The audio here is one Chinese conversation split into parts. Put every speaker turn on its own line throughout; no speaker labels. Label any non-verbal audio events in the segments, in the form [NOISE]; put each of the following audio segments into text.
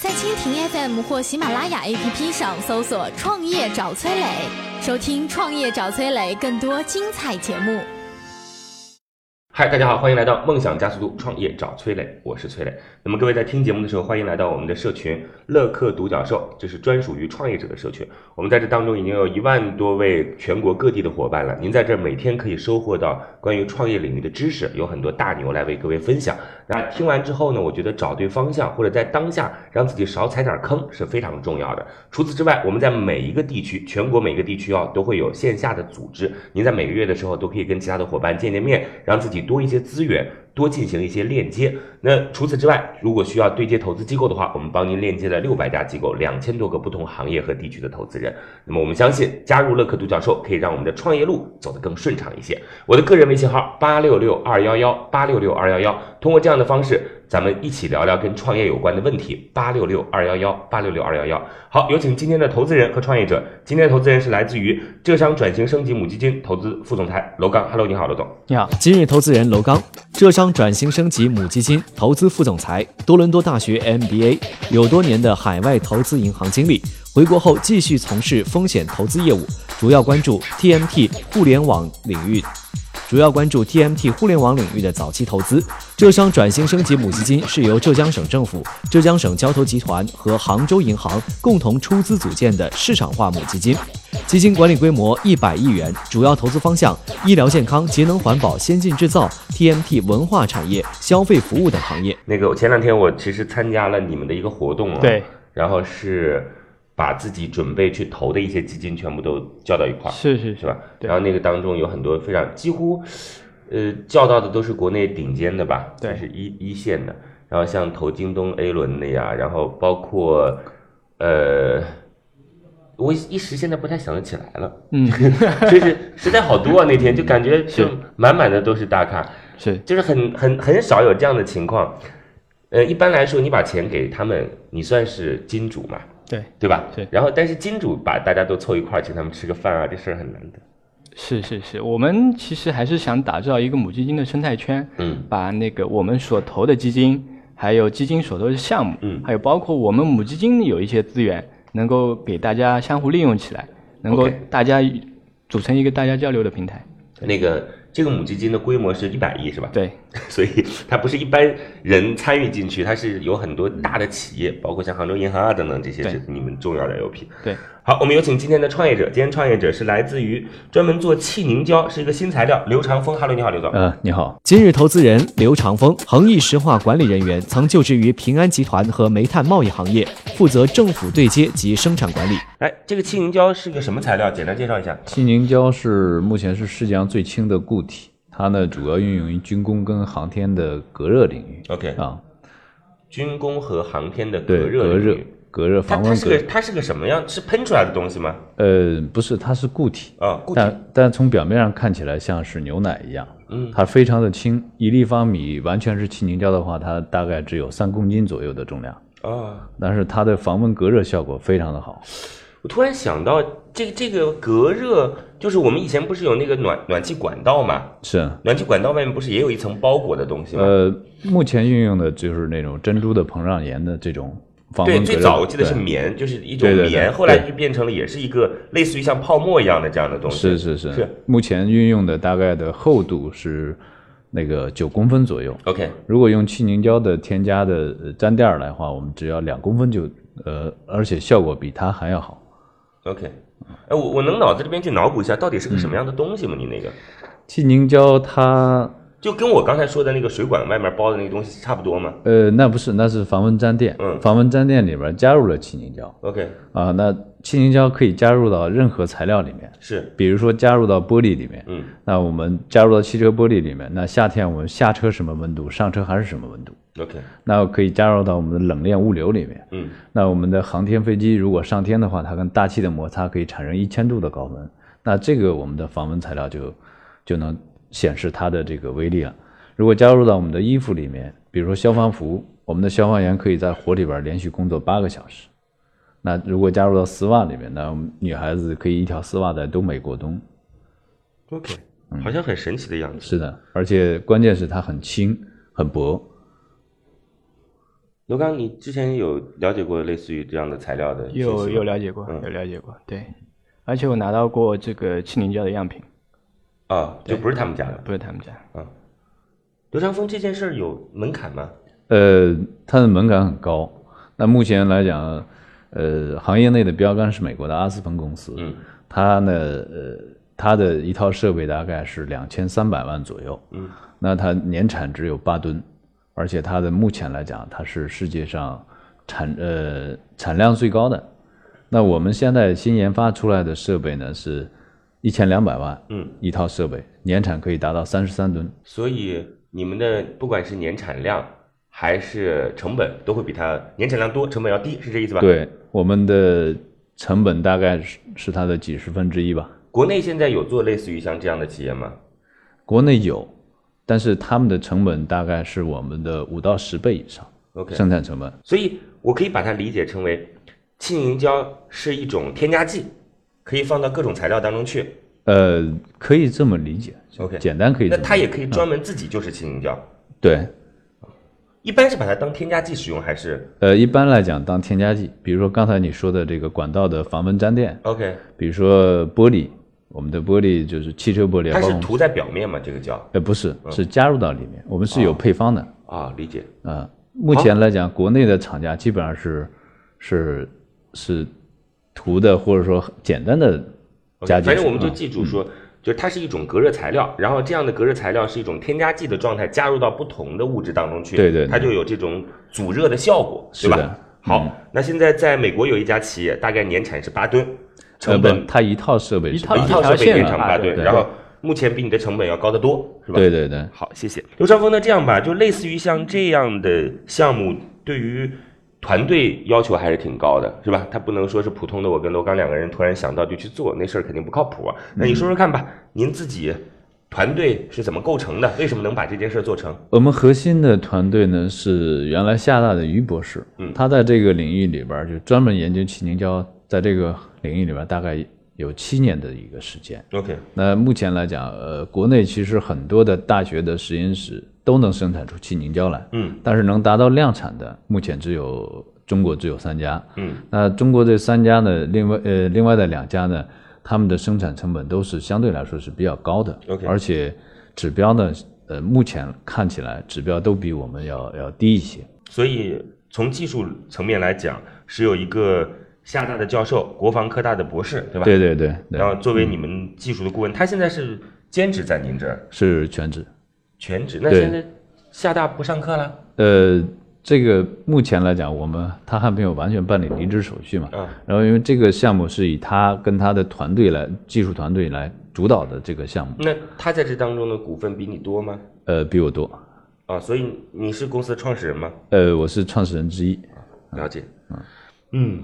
在蜻蜓 FM 或喜马拉雅 APP 上搜索“创业找崔磊”，收听“创业找崔磊”更多精彩节目。
嗨，大家好，欢迎来到梦想加速度创业找崔磊，我是崔磊。那么各位在听节目的时候，欢迎来到我们的社群乐客独角兽，这是专属于创业者的社群。我们在这当中已经有一万多位全国各地的伙伴了，您在这每天可以收获到关于创业领域的知识，有很多大牛来为各位分享。那听完之后呢，我觉得找对方向或者在当下让自己少踩点坑是非常重要的。除此之外，我们在每一个地区，全国每个地区啊，都会有线下的组织。您在每个月的时候都可以跟其他的伙伴见见面，让自己多一些资源，多进行一些链接。那除此之外，如果需要对接投资机构的话，我们帮您链接了六百家机构，两千多个不同行业和地区的投资人。那么我们相信，加入乐客独角兽可以让我们的创业路走得更顺畅一些。我的个人微信号八六六二幺幺八六六二幺幺，通过这样的方式，咱们一起聊聊跟创业有关的问题。八六六二幺幺八六六二幺幺。好，有请今天的投资人和创业者。今天的投资人是来自于浙商转型升级母基金投资副总裁楼刚。Hello，你好，楼总。
你好，今日投资人楼刚，浙商转型升级母基金投资副总裁，多伦多大学 MBA，有多年的海外投资银行经历。回国后继续从事风险投资业务，主要关注 TMT 互联网领域，主要关注 TMT 互联网领域的早期投资。浙商转型升级母基金是由浙江省政府、浙江省交投集团和杭州银行共同出资组建的市场化母基金。基金管理规模一百亿元，主要投资方向医疗健康、节能环保、先进制造、TMT 文化产业、消费服务等行业。
那个，我前两天我其实参加了你们的一个活动啊，
对，
然后是把自己准备去投的一些基金全部都叫到一块儿，
是是
是
是，
吧？
对
然后那个当中有很多非常几乎，呃，叫到的都是国内顶尖的吧，
对
就是一一线的。然后像投京东 A 轮的呀，然后包括，呃，我一时现在不太想得起来了，
嗯，
就是实在好多啊，那天就感觉就是满满的都是大咖，
[LAUGHS] 是
就是很很很少有这样的情况。呃，一般来说，你把钱给他们，你算是金主嘛，
对，
对吧？
对
然后，但是金主把大家都凑一块儿请他们吃个饭啊，这事儿很难得。
是是是，我们其实还是想打造一个母基金的生态圈，
嗯，
把那个我们所投的基金，还有基金所投的项目，
嗯
还有包括我们母基金有一些资源，能够给大家相互利用起来，能够
OK
大家组成一个大家交流的平台。
那个这个母基金的规模是一百亿是吧？，
对，
所以它不是一般人参与进去，它是有很多大的企业，包括像杭州银行啊等等这些
对
是你们重要的 LP。
对，
好，我们有请今天的创业者。今天创业者是来自于专门做气凝胶，是一个新材料。刘长峰，Hello，你好，刘总。
呃，你好，今日投资人刘长峰，恒益石化管理人员，曾就职于平安集团和煤炭贸易行业，负责政府对接及生产管理。
来，哎这个气凝胶是个什么材料？简单介绍一下。
气凝胶是目前是世界上最轻的固体，它呢主要运用于军工跟航天的隔热领域
OK，
啊，
军工和航天的隔
对，
热
隔
领
热
域
隔热
它
防
它
温
是
隔
个它是个什么样？是喷出来的东西吗？
呃不是，它是固体，
啊，固体。
但但从表面上看起来像是牛奶一样，
嗯
它非常的轻，一立方米完全是气凝胶的话，它大概只有三公斤左右的重量，
啊，
但是它的防温隔热效果非常的好，
我突然想到，这个这个隔热，就是我们以前不是有那个暖暖气管道嘛？
是。
暖气管道外面不是也有一层包裹的东西吗？
呃，目前运用的就是那种珍珠的膨胀岩的这种防温
对，
隔热。
最早我记得是
对
棉，就是一种
对
棉，
对对
后来
对
就变成了也是一个类似于像泡沫一样的这样的东西。
是是是
是
目前运用的大概的厚度是那个九公分左右。
OK，
如果用气凝胶的添加的呃粘垫儿来话，我们只要两公分就呃，而且效果比它还要好。
OK，哎，我我能脑子这边去脑补一下，到底是个
嗯
什么样的东西吗？你那个
气凝胶它
就跟我刚才说的那个水管外面包的那个东西差不多嘛
呃，那不是，那是防温粘垫。
嗯
防温粘垫里边加入了气凝胶
？OK，
啊，那气凝胶可以加入到任何材料里面，
是，
比如说加入到玻璃里面。
嗯
那我们加入到汽车玻璃里面，那夏天我们下车什么温度，上车还是什么温度？
OK，
那可以加入到我们的冷链物流里面。
嗯，
那我们的航天飞机如果上天的话，它跟大气的摩擦可以产生一千度的高温，那这个我们的防蚊材料就就能显示它的这个威力了。如果加入到我们的衣服里面，比如说消防服，我们的消防员可以在火里边连续工作八个小时。那如果加入到丝袜里面，那我们女孩子可以一条丝袜在东北过冬。
OK，好像很神奇的样子。
是的，而且关键是它很轻很薄。
刘刚，你之前有了解过类似于这样的材料的信息吗？
有有了解过，
嗯
有了解过，对。而且我拿到过这个气凝胶的样品，
啊，就不是他们家的。
不是他们家，
刘长峰这件事儿有门槛吗？
呃，它的门槛很高。那目前来讲，呃，行业内的标杆是美国的阿斯彭公司，
嗯，
它呢，呃，它的一套设备大概是两千三百万左右，嗯，那它年产值有八吨，而且它的目前来讲，它是世界上产呃产量最高的。那我们现在新研发出来的设备呢是一千两百万，
嗯，
一套设备年产可以达到三十三吨，
所以你们的不管是年产量还是成本，都会比它年产量多，成本要低，是这意思吧？。
对，我们的成本大概是是它的几十分之一吧。
国内现在有做类似于像这样的企业吗？
国内有，但是他们的成本大概是我们的五到十倍以上
OK
生产成本。
所以我可以把它理解成为，气凝胶是一种添加剂，可以放到各种材料当中去。
呃，可以这么理解
OK
简单可以这
那
么
它
理
也
解
可以专门自己就是气凝胶，
对。
一般是把它当添加剂使用还是
呃，一般来讲，当添加剂，比如说刚才你说的这个管道的防蚊粘垫，
OK？
比如说玻璃，我们的玻璃就是汽车玻璃，啊
它
包括
是
我们
涂嗯在表面嘛？这个胶
呃不是，是加入到里面，我们是
哦
有配方的。
啊，理解。
啊，目前来讲，国内的厂家基本上是是是涂的，或者说简单的
OK，
加进
反
去。
正我们就
啊
记住说，就是它是一种隔热材料，然后这样的隔热材料是一种添加剂的状态，加入到不同的物质当中去，
对对对
它就有这种阻热的效果，
是
对吧
的？嗯
好，那现在在美国有一家企业，大概年产是八吨，
呃
成
不
本
它一套设备
一
是
套
吧
一套
条
设备
线
年
嘛
产
啊
八
对
吨，
对
然后目前比你的成本要高得多，是吧？
对对对，
好，谢谢刘长峰。那这样吧，就类似于像这样的项目，对于团队要求还是挺高的，是吧？他不能说是普通的，我跟罗刚两个人突然想到就去做，那事儿肯定不靠谱啊。那你说说看吧，
嗯
您自己团队是怎么构成的？为什么能把这件事儿做成？
我们核心的团队呢是原来厦大的于博士，
嗯
他在这个领域里边儿就专门研究气凝胶，在这个领域里边儿大概有七年的一个时间。
OK，
那目前来讲，呃，国内其实很多的大学的实验室都能生产出气凝胶来，
嗯
但是能达到量产的，目前只有中国只有三家。
嗯，
那中国这三家呢，另外呃另外的两家呢，他们的生产成本都是相对来说是比较高的
OK
而且指标呢，呃目前看起来指标都比我们要要低一些。
所以从技术层面来讲，是有一个厦大的教授，国防科大的博士，对吧？
对。嗯对对对
然，后作为你们技术的顾问，他现在是兼职在您这儿
是全职。
全职。那
对
现在厦大不上课了？
呃，这个目前来讲，我们他还没有完全办理离职手续嘛。
嗯
然后因为这个项目是以他跟他的团队来技术团队来主导的这个项目，
那他在这当中的股份比你多吗？
呃，比我多。
啊，所以你是公司的创始人吗？
呃，我是创始人之一。
了解。嗯，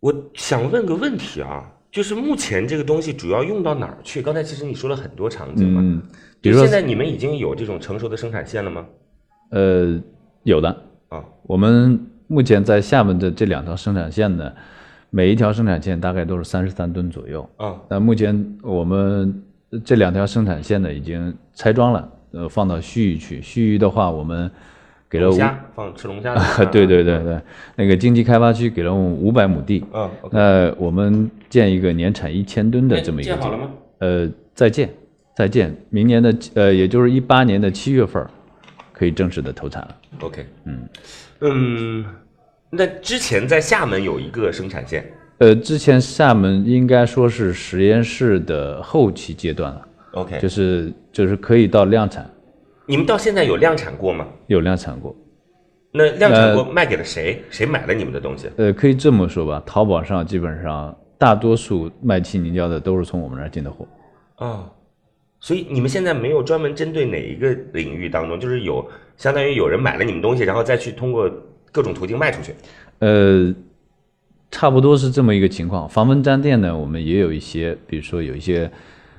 我想问个问题啊，就是目前这个东西主要用到哪儿去？刚才其实你说了很多场景嘛，
嗯，比
就
如说
现在你们已经有这种成熟的生产线了吗？
呃，有的，
啊，
我们目前在厦门的这两条生产线呢，每一条生产线大概都是三十三吨左右。
啊，
那目前我们这两条生产线呢，已经拆装了，呃，放到盱眙去。盱眙的话，我们给了
龙
五，
虾放吃龙虾的啊
[LAUGHS] 对对对对，那个经济开发区给了我们五百亩地。
嗯，OK，
那我们建一个年产一千吨的这么一个
哎建
地
好了吗？
呃，再见，再见，明年的呃，也就是一八年的七月份儿，可以正式的投产了。
？OK，嗯嗯，那之前在厦门有一个生产线，
呃，之前厦门应该说是实验室的后期阶段了，
OK，
就是就是可以到量产，
你们到现在有量产过吗？
有量产过。
那量产过卖给了谁？谁买了你们的东西？
呃，可以这么说吧，淘宝上基本上大多数卖气凝胶的都是从我们那儿进的货。
啊，所以你们现在没有专门针对哪一个领域当中，就是有相当于有人买了你们东西，然后再去通过各种途径卖出去。
呃，差不多是这么一个情况。防蚊粘垫呢，我们也有一些，比如说有一些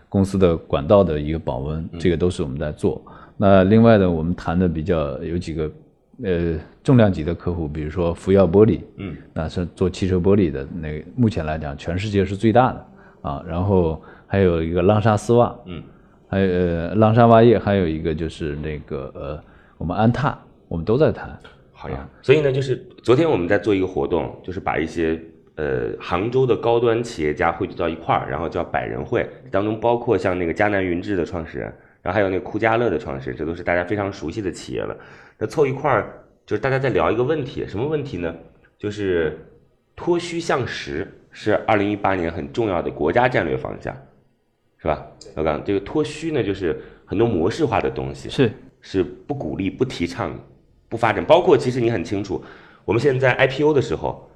公司的管道的一个保温，
嗯
这个都是我们在做。那另外呢，我们谈的比较有几个呃重量级的客户，比如说福耀玻璃，
嗯，
那是做汽车玻璃的那个，目前来讲全世界是最大的啊。然后还有一个浪莎丝袜，
嗯，
还有呃浪莎袜业，还有一个就是那个呃我们安踏，我们都在谈。
好呀，啊所以呢，就是昨天我们在做一个活动，就是把一些呃杭州的高端企业家汇聚到一块儿，然后叫百人会，当中包括像那个迦南云智的创始人，然后还有那个酷家乐的创始人，这都是大家非常熟悉的企业了。那凑一块儿，就是大家在聊一个问题，什么问题呢？就是脱虚向实是二零一八年很重要的国家战略方向，是吧？老刚，这个脱虚呢，就是很多模式化的东西，
是
是不鼓励、不提倡、不发展。包括其实你很清楚，我们现在 IPO 的时候，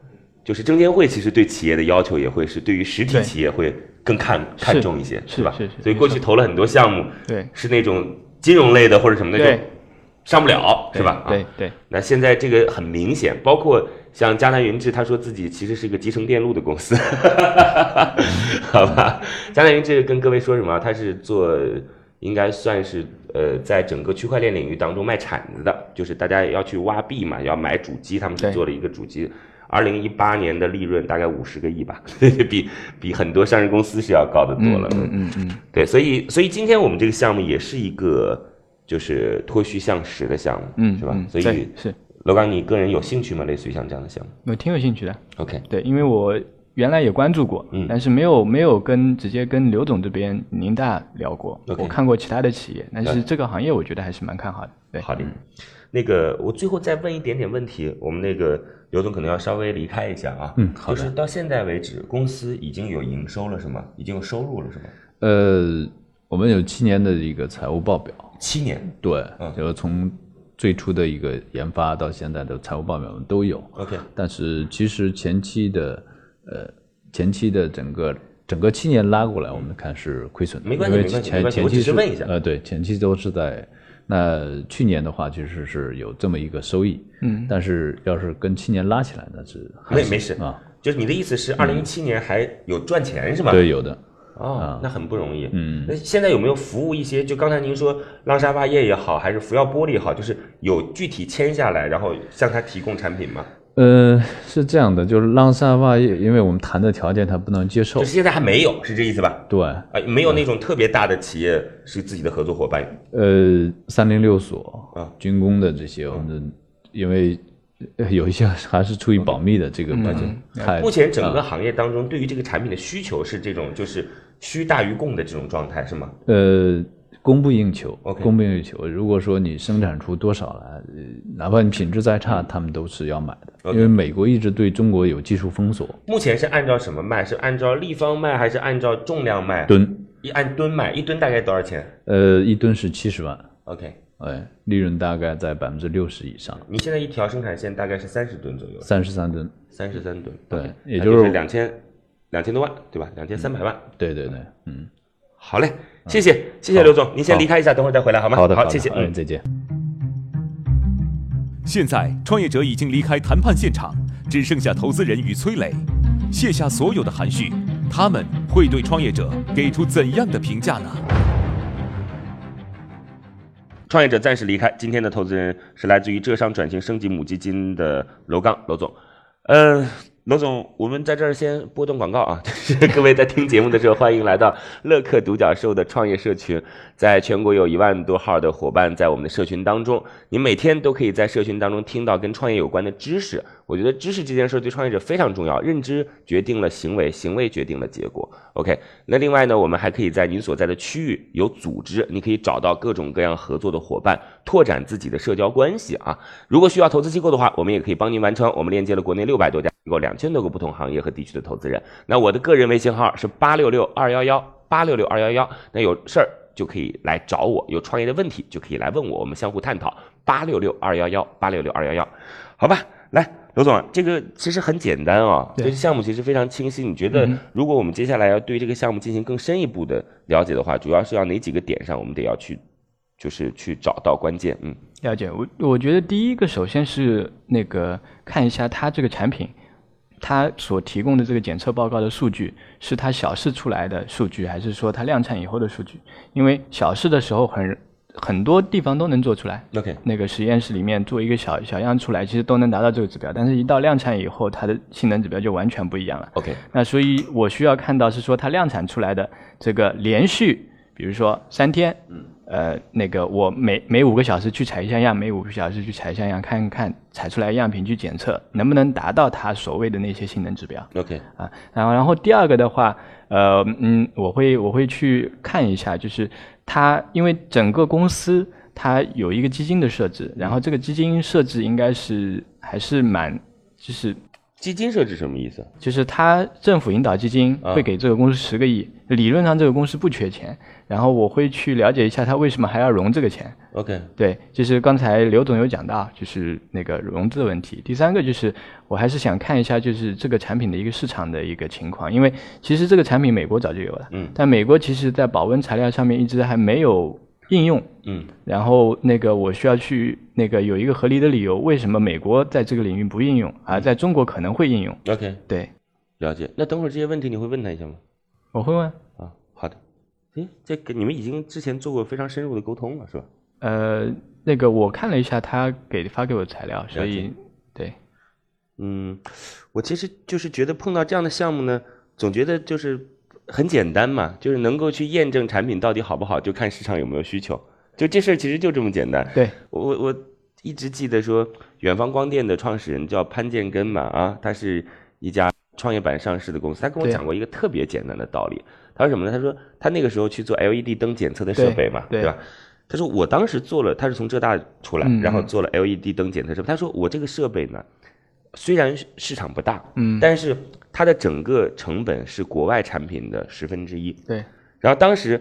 就是证监会其实对企业的要求也会是对于实体
对
企业会更看
是
看重一些，
是
吧
是是？
所以过去
没
投了很多项目，
对
是那种金融类的或者什么那种
对，
上不了，是吧？啊
对对
那现在这个很明显，包括像迦南云智，他说自己其实是一个集成电路的公司， [LAUGHS] 好吧？迦南云智跟各位说什么啊？他是做应该算是呃，在整个区块链领域当中卖铲子的，就是大家也要去挖币嘛，要买主机，他们是
对
做了一个主机。二零一八年的利润大概五十个亿吧， [LAUGHS] 比比很多上市公司是要高得多了。
嗯嗯嗯，
对，所以所以今天我们这个项目也是一个就是脱虚向实的项目，
嗯，
是吧？
嗯
所以
对是
楼刚，你个人有兴趣吗？类似于像这样的项目
我挺有兴趣的。
？OK，
对，因为我原来也关注过，
嗯
但是没有没有跟直接跟刘总这边宁大聊过。
OK
我看过其他的企业，但
对
是这个行业我觉得还是蛮看好的。对，
好的。那个，我最后再问一点点问题，我们那个刘总可能要稍微离开一下啊。
嗯好
的。就是到现在为止，公司已经有营收了是吗？已经有收入了是吗？
呃，我们有七年的一个财务报表，
七年。
对
嗯，
就是从最初的一个研发到现在的财务报表我们都有。
OK，
但是其实前期的呃前期的整个整个七年拉过来，我们看是亏损的，
没关系
因为
没关系
前
没关系
前
我只
期
是问一下
呃，对，前期都是在。那去年的话，其实是有这么一个收益，嗯，但是要是跟去年拉起来，那是还
没
是
没事
啊，
就是你的意思是，二零一七年还有赚钱是吗？
对，。有的，
哦，那很不容易。嗯，那现在有没有服务一些？就刚才您说浪莎袜业也好，还是福耀玻璃也好，就是有具体签下来，然后向他提供产品吗？
呃，是这样的，就是浪莎袜业，因为我们谈的条件他不能接受
就是，现在还没有，是这意思吧？
对，
啊，没有那种特别大的企业是自己的合作伙伴。
呃，三零六所、
啊
军工的这些，我们因为呃有一些还是出于保密的这个不能太
嗯目前整个行业当中，对于这个产品的需求是这种，就是需大于供的这种状态，是吗？
呃供不应求
OK
供不应求。如果说你生产出多少来，呃哪怕你品质再差，他们都是要买的，
OK
因为美国一直对中国有技术封锁，
目前是按照什么卖？是按照立方卖，还是按照重量卖？，
吨，
一按吨卖，一吨大概多少钱
呃，一吨是七十万，
？OK，
哎，利润大概在百分之六十以上，
你现在一条生产线大概是三十吨左右，
三十三吨，
三十三吨，
对，也
那
就
就是两千两千多万，对吧？两千三百万。
对对对，嗯，
好嘞，谢谢谢谢刘总，您先离开一下，等会儿再回来好吗？
好的，
好，
的
谢谢，
哎
嗯。
再见。
现在，创业者已经离开谈判现场，只剩下投资人与崔磊，卸下所有的含蓄，他们会对创业者给出怎样的评价呢？
创业者暂时离开。今天的投资人是来自于浙商转型升级母基金的楼刚楼总。呃，楼总，我们在这儿先播段广告啊， [LAUGHS] 就是各位在听节目的时候，欢迎来到乐客独角兽的创业社群，在全国有一万多号的伙伴在我们的社群当中，你每天都可以在社群当中听到跟创业有关的知识。我觉得知识这件事儿对创业者非常重要，认知决定了行为，行为决定了结果。OK，那另外呢，我们还可以在您所在的区域有组织，你可以找到各种各样合作的伙伴，拓展自己的社交关系啊。如果需要投资机构的话，我们也可以帮您完成。我们链接了国内六百多家机构，两千多个不同行业和地区的投资人。那我的个人微信号是八六六二幺幺八六六二幺幺，那有事儿就可以来找我，有创业的问题就可以来问我，我们相互探讨。八六六二幺幺八六六二幺幺，好吧，来。刘总，这个其实很简单啊，
对
这个项目其实非常清晰。你觉得，如果我们接下来要对这个项目进行更深一步的了解的话，主要是要哪几个点上，我们得要去，就是去找到关键？嗯，
了解，我我觉得第一个首先是那个看一下它这个产品，它所提供的这个检测报告的数据是它小试出来的数据，还是说它量产以后的数据？因为小试的时候很很多地方都能做出来，
OK
那个实验室里面做一个小小样出来，其实都能达到这个指标，但是一到量产以后，它的性能指标就完全不一样了。
OK，
那所以我需要看到是说它量产出来的这个连续，比如说三天，嗯，呃，那个我每每五个小时去采一下样，每五个小时去采一下样，看看采出来样品去检测能不能达到它所谓的那些性能指标。
OK，
啊，然后然后第二个的话，呃，嗯，我会我会去看一下，就是它因为整个公司它有一个基金的设置，然后这个基金设置应该是还是蛮就是
基金设置什么意思？
就是它政府引导基金
啊
会给这个公司十个亿，理论上这个公司不缺钱，然后我会去了解一下它为什么还要融这个钱。
OK，
对，就是刚才刘总有讲到，就是那个融资的问题。第三个就是，我还是想看一下，就是这个产品的一个市场的一个情况，因为其实这个产品美国早就有了，
嗯
但美国其实在保温材料上面一直还没有应用，
嗯
然后那个我需要去那个有一个合理的理由，为什么美国在这个领域不应用，而在中国可能会应用？
，OK，
对，
了解。那等会儿这些问题你会问他一下吗？
我会问，
啊，好的。诶，这个你们已经之前做过非常深入的沟通了，是吧？
呃，那个我看了一下他给发给我的材料，所
了
以对，
嗯，我其实就是觉得碰到这样的项目呢，总觉得就是很简单嘛，就是能够去验证产品到底好不好，就看市场有没有需求。就这事儿其实就这么简单。
对，
我我我一直记得说，远方光电的创始人叫潘建根嘛，啊，他是一家创业板上市的公司。他跟我
对啊
讲过一个特别简单的道理，他说什么呢？他说他那个时候去做 LED 灯检测的设
对
备嘛，
对
吧？他说我当时做了，他是从浙大出来，
嗯
然后做了 LED 灯检测设备。他说我这个设备呢，虽然市场不大，
嗯，
但是它的整个成本是国外产品的十分之一。
对，
然后当时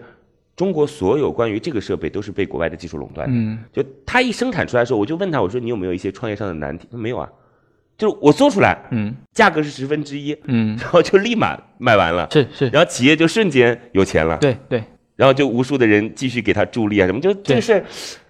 中国所有关于这个设备都是被国外的技术垄断的。
嗯，
就他一生产出来的时候，我就问他，我说你有没有一些创业上的难题？他说没有啊，就是我做出来，
嗯，
价格是十分之一， [LAUGHS]
嗯，
然后就立马卖完了，
是是，
然后企业就瞬间有钱了，，
对对。
然后就无数的人继续给他助力啊什么，就这个事儿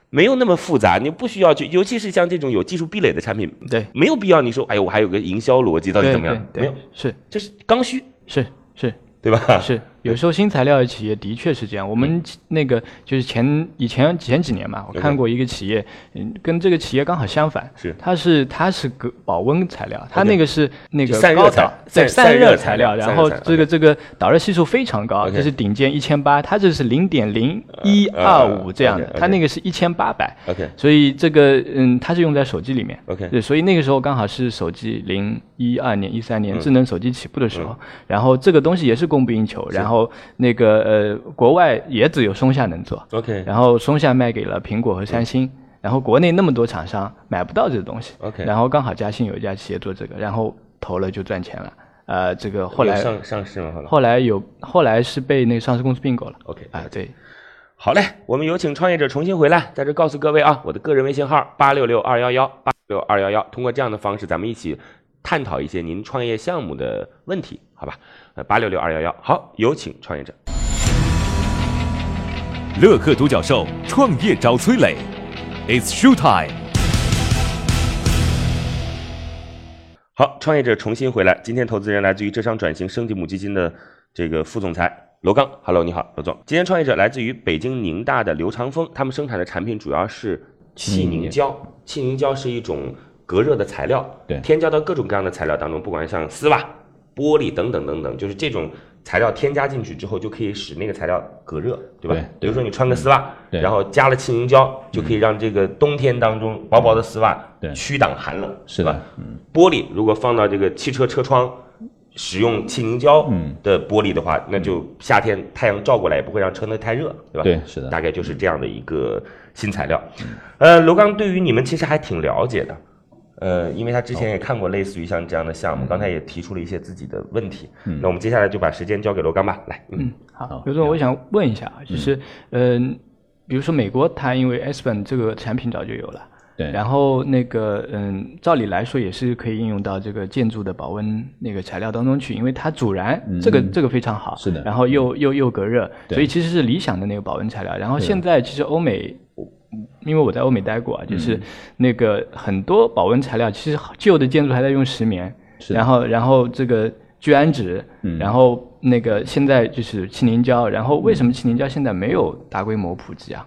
没有那么复杂，你不需要去，尤其是像这种有技术壁垒的产品，
对，
没有必要你说，哎呦，我还有个营销逻辑到底
对
怎么样？
对
没
对
有，
是
这是刚需，
是是
对吧？ [LAUGHS]
是， [LAUGHS] 有时候新材料的企业的确是这样。我
嗯
们那个就是前以前前几年嘛，我看过一个企业，嗯，跟这个企业刚好相反，
是
它是它是个保温材料，它
OK
那个是那
就
个
散热
高
材
导
散
对
散
散
热
热
材
材
料
料，
散
然
热
后
材料
这个这个导热系数非常高，
OK
这是顶尖一千八，它这是零点零一
呃
二五这样的，
OK，OK
它那个是一千八百，
OK
所以这个嗯，它是用在手机里面。
OK
对，所以那个时候刚好是手机零一二年、一三
嗯
年智能手机起步的时候，然后这个东西也是供不应求，然后那个呃，国外也只有松下能做，
，OK
然后松下卖给了苹果和三星。然后国内那么多厂商买不到这个东西
嗯 OK
然后刚好嘉兴有一家企业做这个，然后投了就赚钱了。呃，这个后来
有上上市吗？后来
后来有后来是被那个上市公司并购了。
OK，
啊，对，
好嘞，我们有请创业者重新回来，在这告诉各位啊，我的个人微信号八六六二幺幺八六二幺幺，通过这样的方式，咱们一起探讨一些您创业项目的问题，好吧？呃，八六六二幺幺，好，有请创业者。
乐客独角兽创业找崔磊，It's show time。
好，创业者重新回来，今天投资人来自于浙商转型升级母基金的这个副总裁罗刚，Hello，你好，罗总。今天创业者来自于北京宁大的刘长峰，他们生产的产品主要是气凝胶，气凝胶是一种隔热的材料，
对
添加到各种各样的材料当中，不管是像丝袜、玻璃等等等等，就是这种材料添加进去之后，就可以使那个材料隔热，对吧？
对对
比如说你穿个丝袜，
对
然后加了气凝胶，就可以让这个冬天当中薄薄的丝袜
对
驱挡寒冷，
是
吧嗯
的？
玻璃如果放到这个汽车车窗，使用气凝胶
嗯
的玻璃的话，那就夏天太阳照过来也不会让车内太热，对吧？
对是的嗯
大概就是这样的一个新材料。呃，楼刚对于你们其实还挺了解的，呃，因为他之前也看过类似于像这样的项
嗯
目，刚才也提出了一些自己的问题。那我们接下来就把时间交给楼刚吧，来，嗯，
好，刘总，我想问呃一下啊，就是嗯、比如说美国，它因为 S 本这个产品早就有了，
对
然后那个嗯，照理来说也是可以应用到这个建筑的保温那个材料当中去，因为它阻燃，这个这个非常好，
是的
然后又又又隔热，
对
所以其实是理想的那个保温材料。然后现在其实欧美。我因为我在欧美待过啊，就是那个很多保温材料，其实旧的建筑还在用石棉，
是嗯
然后然后这个聚氨酯，然后那个现在就是气凝胶，然后为什么气凝胶现在没有大规模普及啊？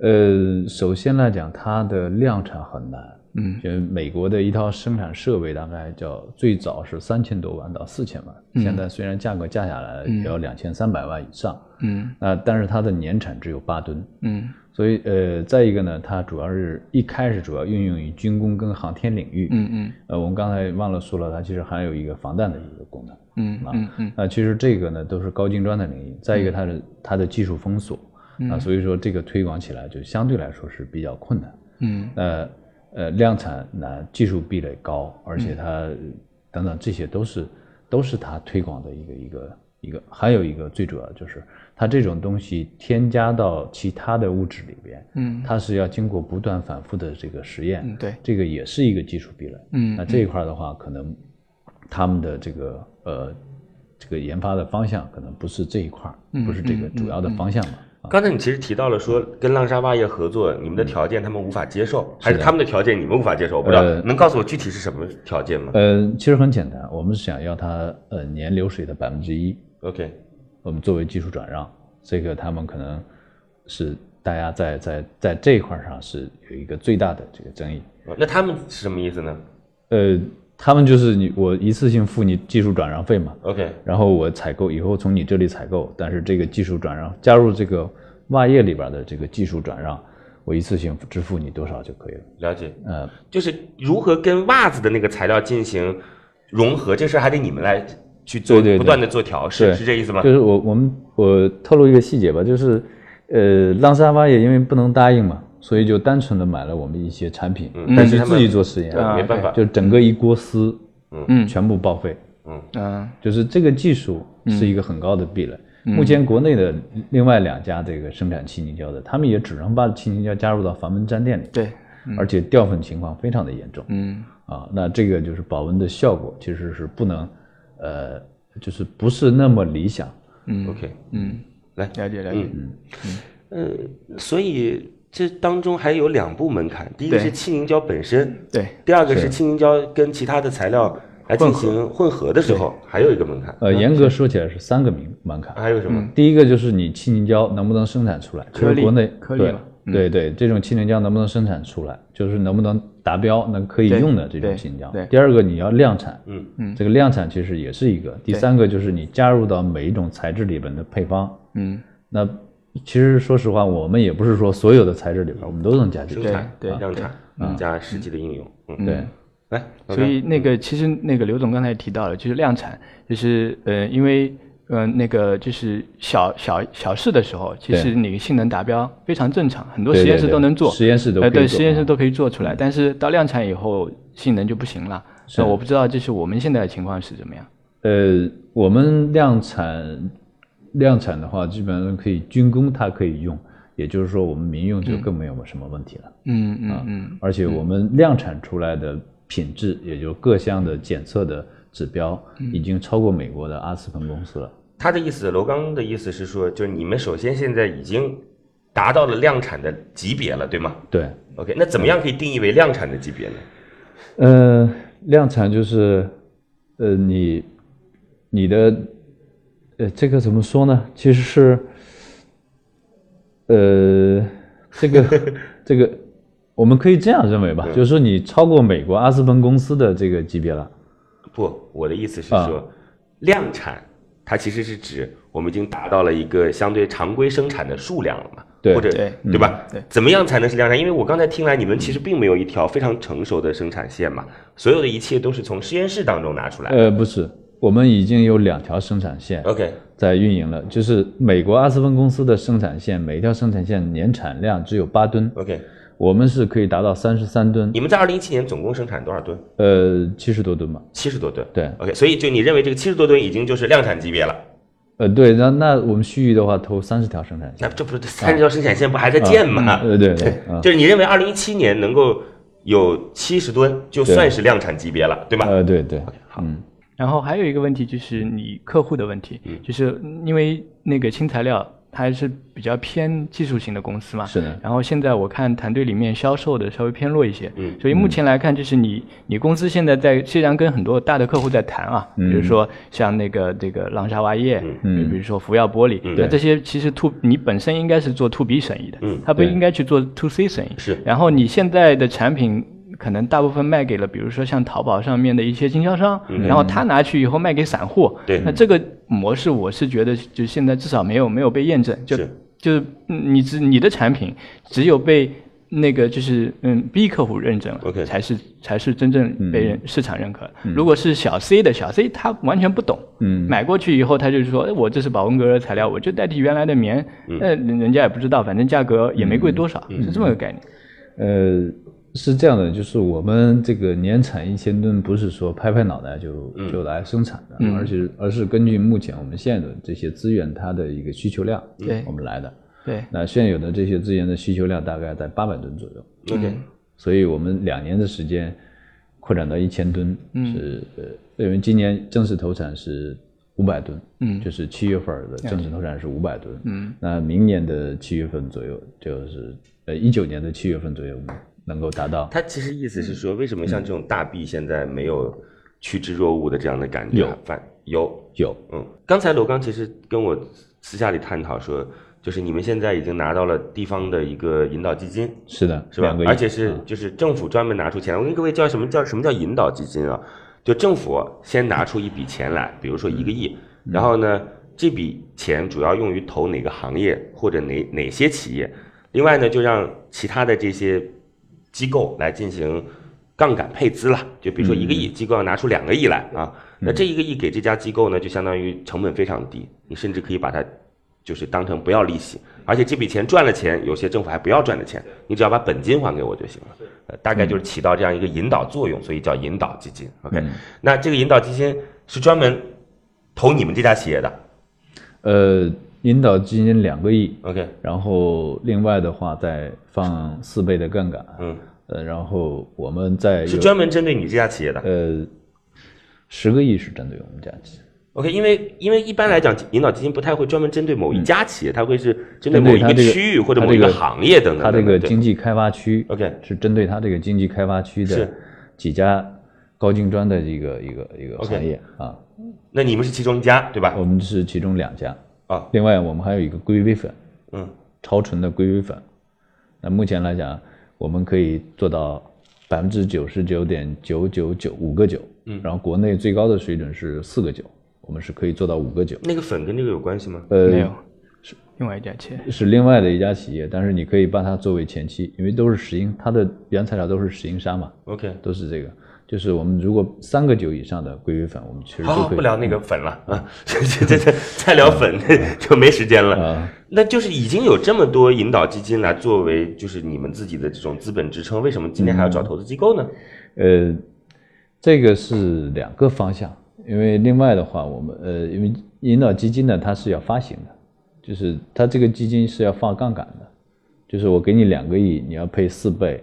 呃，首先来讲，它的量产很难。
嗯，
就是美国的一套生产设备，大概叫最早是三千多万到四千万，
嗯
现在虽然价格降下来了，
嗯
也要两千三百万以上。
嗯
那、但是它的年产只有八吨，
嗯
所以呃，再一个呢，它主要是一开始主要运用于军工跟航天领域。
嗯嗯
呃，我们刚才忘了说了，它其实还有一个防弹的一个功能。
嗯嗯嗯
那其实这个呢，都是高精专的领域。再一个，它的、它的技术封锁
嗯
啊，所以说这个推广起来就相对来说是比较困难。
嗯
呃呃，量产难，技术壁垒高，而且它呃等等这些都是都是它推广的一个一个一个，还有一个最主要的就是它这种东西添加到其他的物质里边，
嗯
它是要经过不断反复的这个实验，
嗯，对，
这个也是一个技术壁垒。
嗯
那这一块的话，可能他们的这个呃这个研发的方向可能不是这一块儿，
嗯
不是这个主要的方向嘛。啊
刚才你其实提到了说跟浪莎袜业合作，你们的条件他们无法接受，还是他们的条件你们无法接受？我不知道
嗯呃，
能告诉我具体是什么条件吗
呃，其实很简单，我们是想要它呃年流水的百分之一，
？OK，
我们作为技术转让，这个他们可能是大家在在在这一块儿上是有一个最大的这个争议。
那他们是什么意思呢
呃，他们就是你我一次性付你技术转让费嘛，
？OK，
然后我采购以后从你这里采购，但是这个技术转让加入这个袜业里边的这个技术转让，我一次性支付你多少就可以了。
了解，
呃，
就是如何跟袜子的那个材料进行融合，这事儿还得你们来去做，
对对对
不断的做调试，
对
是这意思吗
就？是我我们我透露一个细节吧，就是呃，浪莎蛙也因为不能答应嘛，所以就单纯的买了我们一些产品，
嗯
但
但是
是
他们
自己做实验，
对，没办法，
就整个一锅丝，
嗯
全部报废。
嗯
就是这个技术是一个很高的壁垒。目前国内的另外两家这个生产气凝胶的，他们也只能把气凝胶加入到防蚊毡垫里，
对，
而且掉粉情况非常的严重。
嗯
啊，那这个就是保温的效果其实是不能，呃，就是不是那么理想。
嗯
OK，
嗯，
来
了解了解，
嗯
呃，所以这当中还有两步门槛，第一个
对
是气凝胶本身，
对
第二个是气凝胶跟其他的材料来进行混合的时候，还有一个门槛，啊
嗯
呃，严格说起来是三个门门槛。
还有什么？
第一个就是你气凝胶能不能生产出来，
颗粒
就是国内
颗粒
对
嘛嗯
对对，这种气凝胶能不能生产出来，就是能不能达标能可以
对
用的这种
对
气凝胶
对。
第二个你要量产，
嗯
嗯
这个量产其实也是一个。第三个就是你加入到每一种材质里边的配方，
嗯
那其实说实话，我们也不是说所有的材质里边我们都能加进
生
去。
产、
对对
量产、加实际的应用，嗯，
对，
来，
所以
OK
那
嗯
个其实那个刘总刚才也提到了，就是量产，就是呃，因为呃那个就是小小小试的时候，其实
对
你性能达标非常正常，很多
对
实验
对
室
对
都能做，
实验室都
呃
可以
对
做
实验
啊
室都可以做出来，但是到量产以后性能就不行了。
啊
那我不知道，就是我们现在的情况是怎么样？
呃，我们量产量产的话，基本上可以军工它可以用，也就是说我们民用就更没有什么问题了。
嗯嗯嗯
而且我们量产出来的品质，也就是各项的检测的指标，
嗯
已经超过美国的阿斯彭公司了。
他的意思，楼刚的意思是说，就是你们首先现在已经达到了量产的级别了，对吗
对，
？OK，那怎么样可以定义为量产的级别呢？
呃，量产就是，呃，你你的，呃，这个怎么说呢？其实是，呃，这个这个，我们可以这样认为吧，就是说你超过美国阿斯彭公司的这个级别了。
不，我的意思是
啊
说，量产它其实是指我们已经达到了一个相对常规生产的数量了嘛，
对
或者
对嗯
对吧？
对
怎么样才能是量产？因为我刚才听来，你们其
嗯
实并没有一条非常成熟的生产线嘛，所有的一切都是从实验室当中拿出来呃的。
呃，不是，我们已经有两条生产线
OK，
在运营了，就是美国阿斯彭公司的生产线，每一条生产线年产量只有八吨，
OK，
我们是可以达到三十三吨
你，们在二零一七年总共生产多少吨？
呃，七十多吨吧。
七十多吨。
对，
OK，所以就你认为这个七十多吨已经就是量产级别了？
呃，对，那那我们蓄意的话投三十条生产线，
那这不是三十条生产线不还在建吗？
呃，对对，啊，
就是你认为二零一七年能够有七十吨，就
对
算是量产级别了，对吧？
呃，对对，
好
嗯，
然后还有一个问题就是你客户的问题，就是因为那个轻材料它还是比较偏技术型的公司嘛。
是
嗯
的，
然后现在我看团队里面销售的稍微偏弱一些，
嗯
所以目前来看，就是你你公司现在在虽然跟很多大的客户在谈啊，
嗯
比如说像那个这个浪莎瓦业，
嗯
比如说福耀玻璃，
嗯
那这些其实 to 你本身应该是做 to B 生意的，
嗯
它不
对
应该去做 to C 生意，
是
然后你现在的产品可能大部分卖给了，比如说像淘宝上面的一些经销商，然后他拿去以后卖给散户。
嗯对
那这个模式我是觉得，就现在至少没有没有被验证，就是就是嗯你只你的产品只有被。那个就是嗯，B 客户认证了
OK
才是才是真正被人、市场认可。如果是小 C 的小 C，他完全不懂，
嗯
买过去以后他就说，哎我这是保温隔热材料，我就代替原来的棉，
嗯
那、人人家也不知道，反正价格也没贵多少，是这么个概念。
呃，是这样的，就是我们这个年产一千吨，不是说拍拍脑袋就、就来生产的，
嗯
而且而是根据目前我们现有的这些资源，它的一个需求量，
对
我们来的。
对，
那现有的这些资源的需求量大概在八百吨左右，
嗯
OK，
所以我们两年的时间扩展到一千吨，
嗯
是呃，因为今年正式投产是五百吨，
嗯
就是七月份儿的正式投产是五百吨，
嗯，
那明年的七月份左右，就是呃一九年的七月份左右，我们能够达到。
他其实意思是说，为什
嗯
么像这种大 B 现在没有趋之若鹜的这样的感觉？
有，
反有，
有，
嗯。刚才罗刚其实跟我私下里探讨说，就是你们现在已经拿到了地方的一个引导基金，
是的，
是吧
两个？亿
而且是
嗯
就是政府专门拿出钱来，我跟各位叫什么叫什么叫引导基金啊？就政府先拿出一笔钱来，比如说一个亿，
嗯
然后呢，这笔钱主要用于投哪个行业或者哪哪些企业？另外呢，就让其他的这些机构来进行杠杆配资了。就比如说一个亿，
嗯
机构要拿出两个亿来啊，那这一个亿给这家机构呢，就相当于成本非常低，你甚至可以把它就是当成不要利息，而且这笔钱赚了钱，有些政府还不要赚的钱，你只要把本金还给我就行了。呃，大概
嗯
就是起到这样一个引导作用，所以叫引导基金。OK，、那这个引导基金是专门投你们这家企业的。
呃，引导基金两个亿，
OK，
然后另外的话再放四倍的杠杆，
嗯，
呃，然后我们再
是
有
专门针对你这家企业的。
呃十个亿是针对我们家企业，
OK，因为因为一般来讲，引导基金不太会专门针对某一家企业，它会是针对
针嗯对
某一
它
个
这个
区域或者
它
某一
这
个
个
行业等等
它
等
这
等。
个
对
经济开发区
OK
是针对它这个经济开发区的
是
几家高精专的一个一个一个
OK
行业啊，
那你们是其中一家，对吧
我？们是其中两家
啊
另外我们还有一个硅微粉，
嗯，
超纯的硅微粉。那目前来讲，我们可以做到百分之九十九点九九九五个九，嗯，然后国内最高的水准是四个九，我们是可以做到五个九。
那个粉跟这个有关系吗？
呃，
没有，另外一家切。
是另外的一家企业，但是你可以把它作为前期，因为都是石英，它的原材料都是石英砂嘛，
OK，
都是这个。就是我们如果三个九以上的硅微粉，我们其实
好
都
好
可
哦
以
不聊那个粉了啊，这这这这再聊粉 [LAUGHS] 就没时间了。
啊、
那就是已经有这么多引导基金来作为就是你们自己的这种资本支撑，为什么今天还要找投资机构呢？
呃，这个是两个方向，因为另外的话，我们呃，因为引导基金呢，它是要发行的，就是它这个基金是要放杠杆的，就是我给你两个亿，你要配四倍，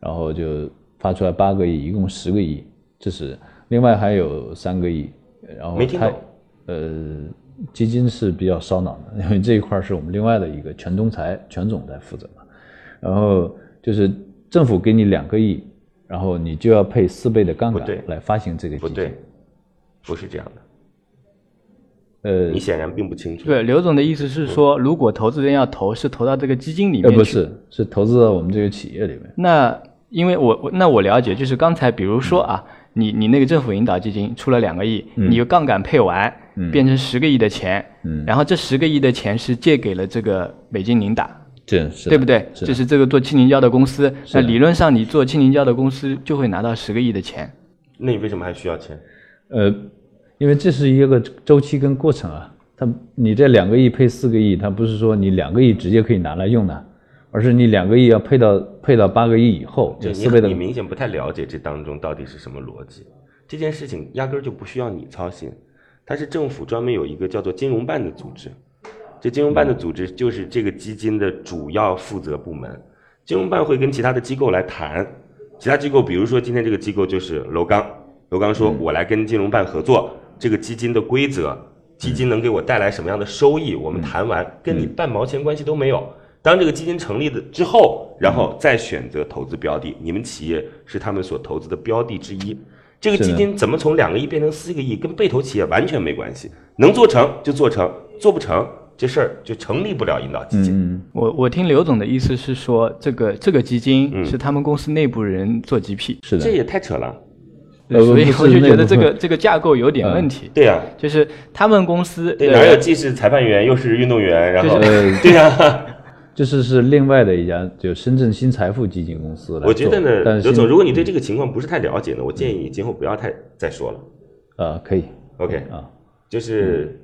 然后就发出来八个亿，一共十个亿，这是另外还有三个亿，然后
没听
它
懂
呃。基金是比较烧脑的，因为这一块儿是我们另外的一个全总裁全总在负责嘛。然后就是政府给你两个亿，然后你就要配四倍的杠
不对
杆来发行这个基
不
金。
对，不是这样的，
呃
你显然并不清楚。
对，刘总的意思是说，如果投资人要投，是投到这个基金里面
呃
去。
不是，是投资到我们这个企业里面。
那因为我我那我了解，就是刚才比如说啊，你你那个政府引导基金出了两个亿，你有杠杆配完，变成十个亿的钱，
嗯
然后这十个亿的钱是借给了这个北京宁打，
这是的
对不对？
是的
就是这个做青宁胶的公司，
是
那
的
理论上你做青宁胶的公司就会拿到十个亿的钱。
那你为什么还需要钱？
呃，因为这是一个周期跟过程啊。它你这两个亿配四个亿，它不是说你两个亿直接可以拿来用的，而是你两个亿要配到配到八个亿以后，
就
这
你
四倍嗯的
你明显不太了解这当中到底是什么逻辑。这件事情压根儿就不需要你操心，它是政府专门有一个叫做金融办的组织，这金融办的组织就是这个基金的主要负责部门。金融办会跟其他的机构来谈，其他机构，比如说今天这个机构就是楼刚，楼刚
嗯
说我来跟金融办合作，这个基金的规则，基金能给我带来什么样的收益，
嗯
我们谈完，跟你半毛钱关系都没有。当这个基金成立的之后，然后再选择投资标的，你们企业是他们所投资的标的之一。这个
是的
基金怎么从两个亿变成四个亿，跟被投企业完全没关系，能做成就做成，做不成这事儿就成立不了引导基金。
嗯，
我我听刘总的意思是说，这个这个基金
嗯
是他们公司内部人做 GP，、
是
这
的，
也太扯了。
呃
所以
不是
我就觉
内
得
部嗯
这个
会
这个架构有点问题。
对呀、啊
就是他们公司
对，
的
哪有既是裁判员又是运动员，然后、
呃，
对
[LAUGHS]
啊呀、
就是是另外的一家，就深圳新财富基金公司来做。嗯
我觉得呢，
但是嗯
刘总，
新
如果你对这个情况不是太了解呢，我建议你今后不要太再说了。
啊，可以
OK，
啊，
就是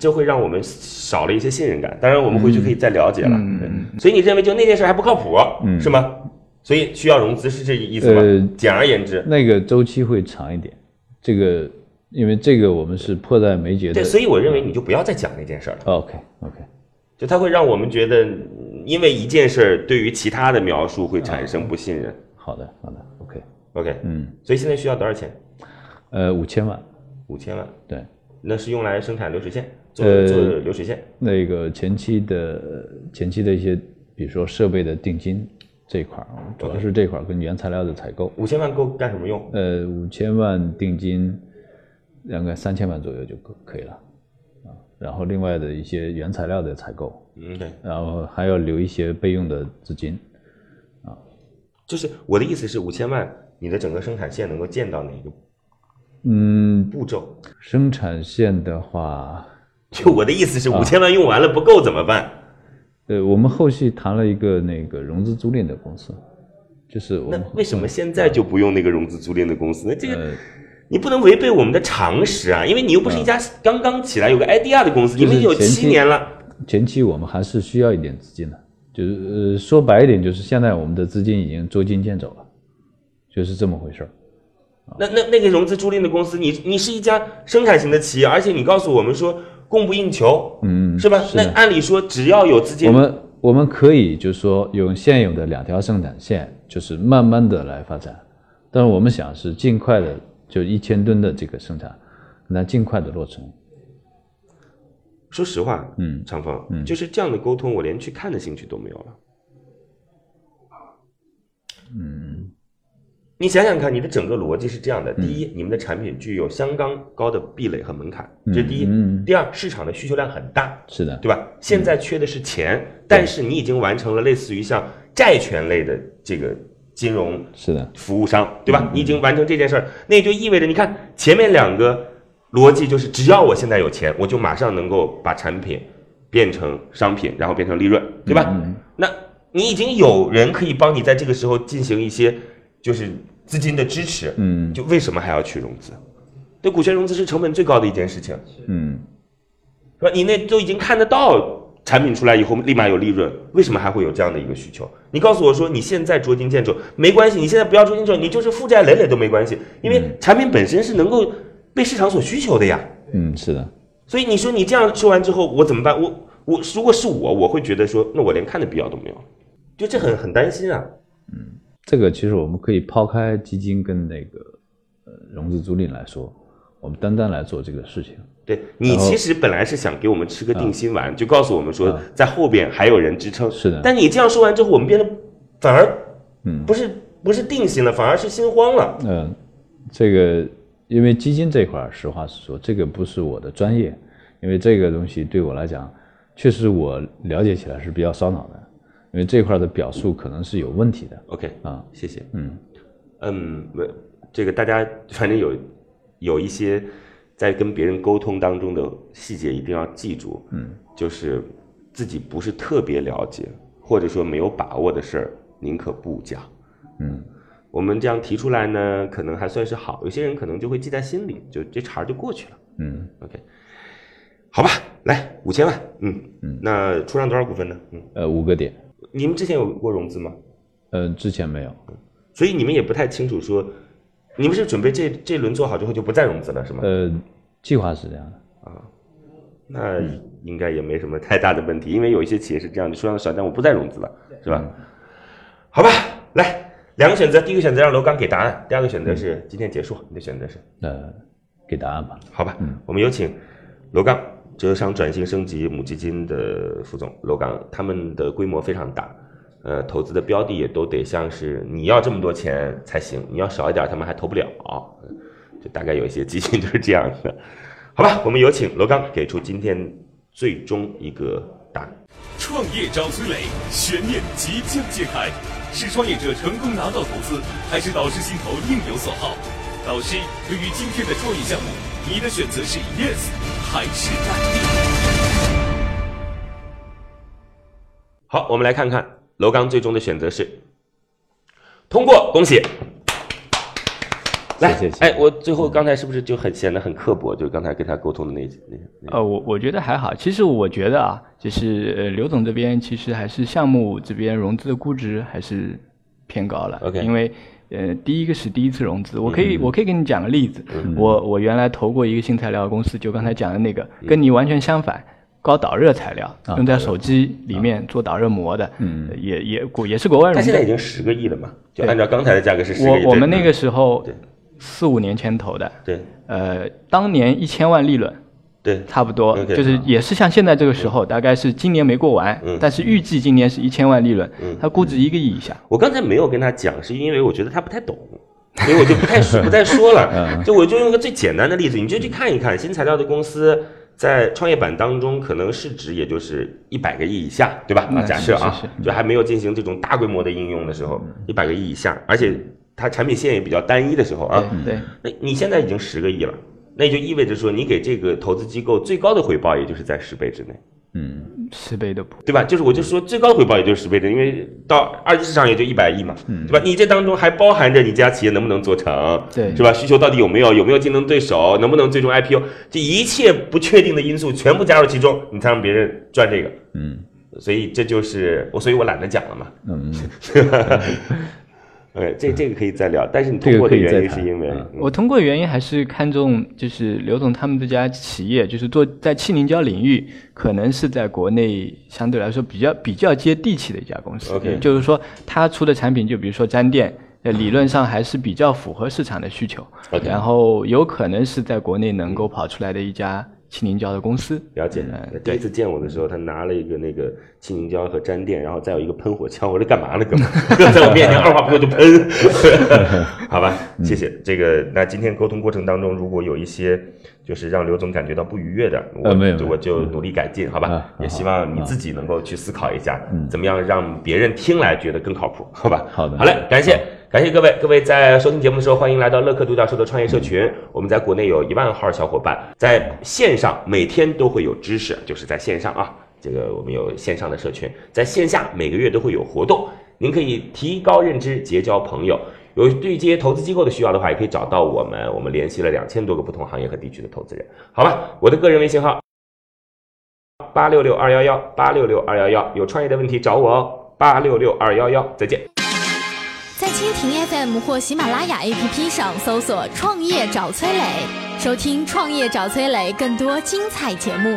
这会让我们少了一些信任感。当然，我们回去可以再了解了。对所以你认为就那件事还不靠谱，
嗯
是吗？所以需要融资是这意思吗？
呃
简而言之，
那个周期会长一点，这个因为这个我们是迫在眉睫的
对，。所以我认为你就不要再讲那件事儿了。
OK OK，
就它会让我们觉得，因为一件事儿对于其他的描述会产生不信任。
好的好的，OK，
OK，
嗯，
所以现在需要多少钱？
呃，五千万，
五千万。
对，
那是用来生产流水线，做
呃
做流水线。
那个前期的前期的一些，比如说设备的定金这一块儿，主要是这块儿跟原材料的采购，
五千万够干什么用？
呃，五千万定金，大概三千万左右就可可以了，啊，然后另外的一些原材料的采购，
嗯，对，
然后还要留一些备用的资金，
就是我的意思是五千万，你的整个生产线能够建到哪一个
嗯，
步骤？
生产线的话，
就我的意思是
啊
五千万用完了不够怎么办？
呃，我们后续谈了一个那个融资租赁的公司，就是我
那
们
为什么现在就不用那个融资租赁的公司呢？这个
呃，
你不能违背我们的常识啊，因为你又不是一家刚刚起来有个 idea 的公司，你
嗯就是
们已经有
前
七
期啊
年了。
前期我们还是需要一点资金的，就是呃说白一点，就是现在我们的资金已经捉襟见肘了，就是这么回事儿。
那那那个融资租赁的公司，你你是一家生产型的企业，而且你告诉我们说供不应求，
嗯，
是吧？
是的
那按理说只要有资金，
我们我们可以就是说用现有的两条生产线，就是慢慢的来发展，但是我们想是尽快的，就一千吨的这个生产，那尽快的落成。
说实话，
嗯
长峰，就是这样的沟通，我连去看的兴趣都没有了。嗯，你想想看，你的整个逻辑是这样的：第
嗯
一，你们的产品具有相当高的壁垒和门槛，这是第一；
嗯嗯嗯
第二，市场的需求量很大，
是的，
对吧？现在缺的是钱，但是你已经完成了类似于像债权类的这个金融
是的，
服务商，对吧？你已经完成这件事儿，那也就意味着，你看前面两个逻辑就是，只要我现在有钱，我就马上能够把产品变成商品，然后变成利润，对吧？那你已经有人可以帮你在这个时候进行一些就是资金的支持，
嗯
就为什么还要去融资？对，股权融资是成本最高的一件事情，
嗯，
是吧？你那都已经看得到产品出来以后立马有利润，为什么还会有这样的一个需求？你告诉我说你现在捉襟见肘，没关系，你现在不要捉襟见肘，你就是负债累累都没关系，因为产品本身是能够被市场所需求的呀。
嗯，是的，
所以你说你这样说完之后，我怎么办？我我如果是我，我会觉得说，那我连看的必要都没有，就这很很担心啊。
这个其实我们可以抛开基金跟那个呃融资租赁来说，我们单单来做这个事情。
对你
然后
其实本来是想给我们吃个定心丸，就告诉我们说
啊
在后边还有人支撑。
是的
但你这样说完之后，我们变得反而
嗯
不是不是定心了，反而是心慌了。
嗯，这个因为基金这块儿，实话实说，这个不是我的专业，因为这个东西对我来讲，确实我了解起来是比较烧脑的，因为这块儿的表述可能是有问题的
OK，
啊。
谢谢。
嗯，
嗯，没这个大家反正有有一些在跟别人沟通当中的细节一定要记住，嗯，就是自己不是特别了解或者说没有把握的事儿，宁可不讲，
嗯，
我们这样提出来呢，可能还算是好，有些人可能就会记在心里，就这茬儿就过去了。
嗯
，OK，好吧，来五千万，嗯嗯，那出让多少股份呢？嗯，
呃，五个点，
你们之前有过融资吗？
呃，之前没有，
所以你们也不太清楚说，你们是准备这这轮做好之后就不再融资了是吗？
呃，计划是这样的，
那
嗯
应该也没什么太大的问题，因为有一些企业是这样，你说让小但我不再融资了，是吧？好吧，来两个选择，第一个选择让楼刚给答案，第二个选
嗯
择是今天结束。你的选择是？
呃，给答案吧。
好吧，我们有请楼刚浙商转型升级母基金的副总楼刚，他们的规模非常大，呃，投资的标的也都得像是你要这么多钱才行，你要少一点他们还投不了，就大概有一些基金就是这样的。好吧，我们有请楼刚给出今天最终一个答案。
创业找崔磊，悬念即将揭开，是创业者成功拿到投资，还是导师心头另有所好？导师，对于今天的创业项目，你的选择是 yes 还是 no？
好，我们来看看楼刚最终的选择是通过，恭喜。来，
谢谢
哎，我最后刚才是不是就很显得很刻薄？就刚才跟他沟通的那些那些那些
呃，我我觉得还好。其实我觉得啊，就是呃，刘总这边其实还是项目这边融资的估值还是偏高了。
OK 嗯
因为呃，第一个是第一次融资，我可以、我可以给你讲个例子。我我原来投过一个新材料公司，就刚才讲的那个，
嗯
跟你完全相反。高导热材料
啊
用在手机里面做导热膜的，嗯，也也国也是国外
他
融
现
资
在已经十个亿了嘛？就
对
按照刚才的价格是十个亿。
我我们
对
那个时候
对
四五年前投的，
对
呃，当年一千万利润，
对
差不多
OK，
就是也是像现在这个时候，大概是今年没过完，
嗯
但是预计今年是一千万利润，它估值一个亿以下。
我刚才没有跟他讲，是因为我觉得他不太懂，所以我就不太说不再说
嗯
了。就我就用一个最简单的例子，你就去看一看新材料的公司。在创业板当中，可能市值也就是一百个亿以下，对吧？啊，
嗯
假设啊，
是是嗯
就还没有进行这种大规模的应用的时候，一百个亿以下，而且它产品线也比较单一的时候啊，
对对，
那你现在已经十个亿了，那也就意味着说，你给这个投资机构最高的回报，也就是在十倍之内。
十倍的普，
对吧？
嗯
就是我就说最高回报也就是十倍的，因为到二级市场也就一百亿嘛，
嗯
对吧？你这当中还包含着你这家企业能不能做成，
对
是吧？需求到底有没有？有没有竞争对手？能不能最终 IPO？这一切不确定的因素全部加入其中，你才让别人赚这个。
嗯
所以这就是我，所以我懒得讲了嘛。
嗯，
呃，这这个可以再聊，但是你
这
通
个
过的
可以再
原因是
谈
因为
嗯
我通过原因还是看中就是刘总他们这家企业，就是做在气凝胶领域，可能是在国内相对来说比较比较接地气的一家公司。
OK
也就是说它出的产品，就比如说粘垫。呃理论上还是比较符合市场的需求
OK
然后有可能是在国内能够跑出来的一家气凝胶的公司。
了解
嗯。
第一次见我的时候，他拿了一个那个气凝胶和粘垫，然后再有一个喷火枪， [LAUGHS] 我说干
[LAUGHS]
嘛呢，哥们儿？哥在我面前二话不说就喷，好吧，
嗯
谢谢。这个那今天沟通过程当中，如果有一些就是让刘总感觉到不愉悦的，我
呃没有没有
我就努力改进，好吧
啊？
也
好
希望你
啊
自己能够去思考一下，
嗯
怎么样让别人听来觉得更靠谱，好吧？
好的
好嘞，感谢。感谢各位，各位在收听节目的时候，欢迎来到乐客独角兽的创业社群。我们在国内有一万号小伙伴，在线上每天都会有知识，就是在线上啊，这个我们有线上的社群，在线下每个月都会有活动，您可以提高认知，结交朋友。有对接投资机构的需要的话，也可以找到我们，我们联系了两千多个不同行业和地区的投资人，好吧？我的个人微信号八六六二幺幺八六六二幺幺，有创业的问题找我哦，八六六二幺幺，再见。
在蜻蜓 FM 或喜马拉雅 APP 上搜索“创业找崔磊”，收听“创业找崔磊”更多精彩节目。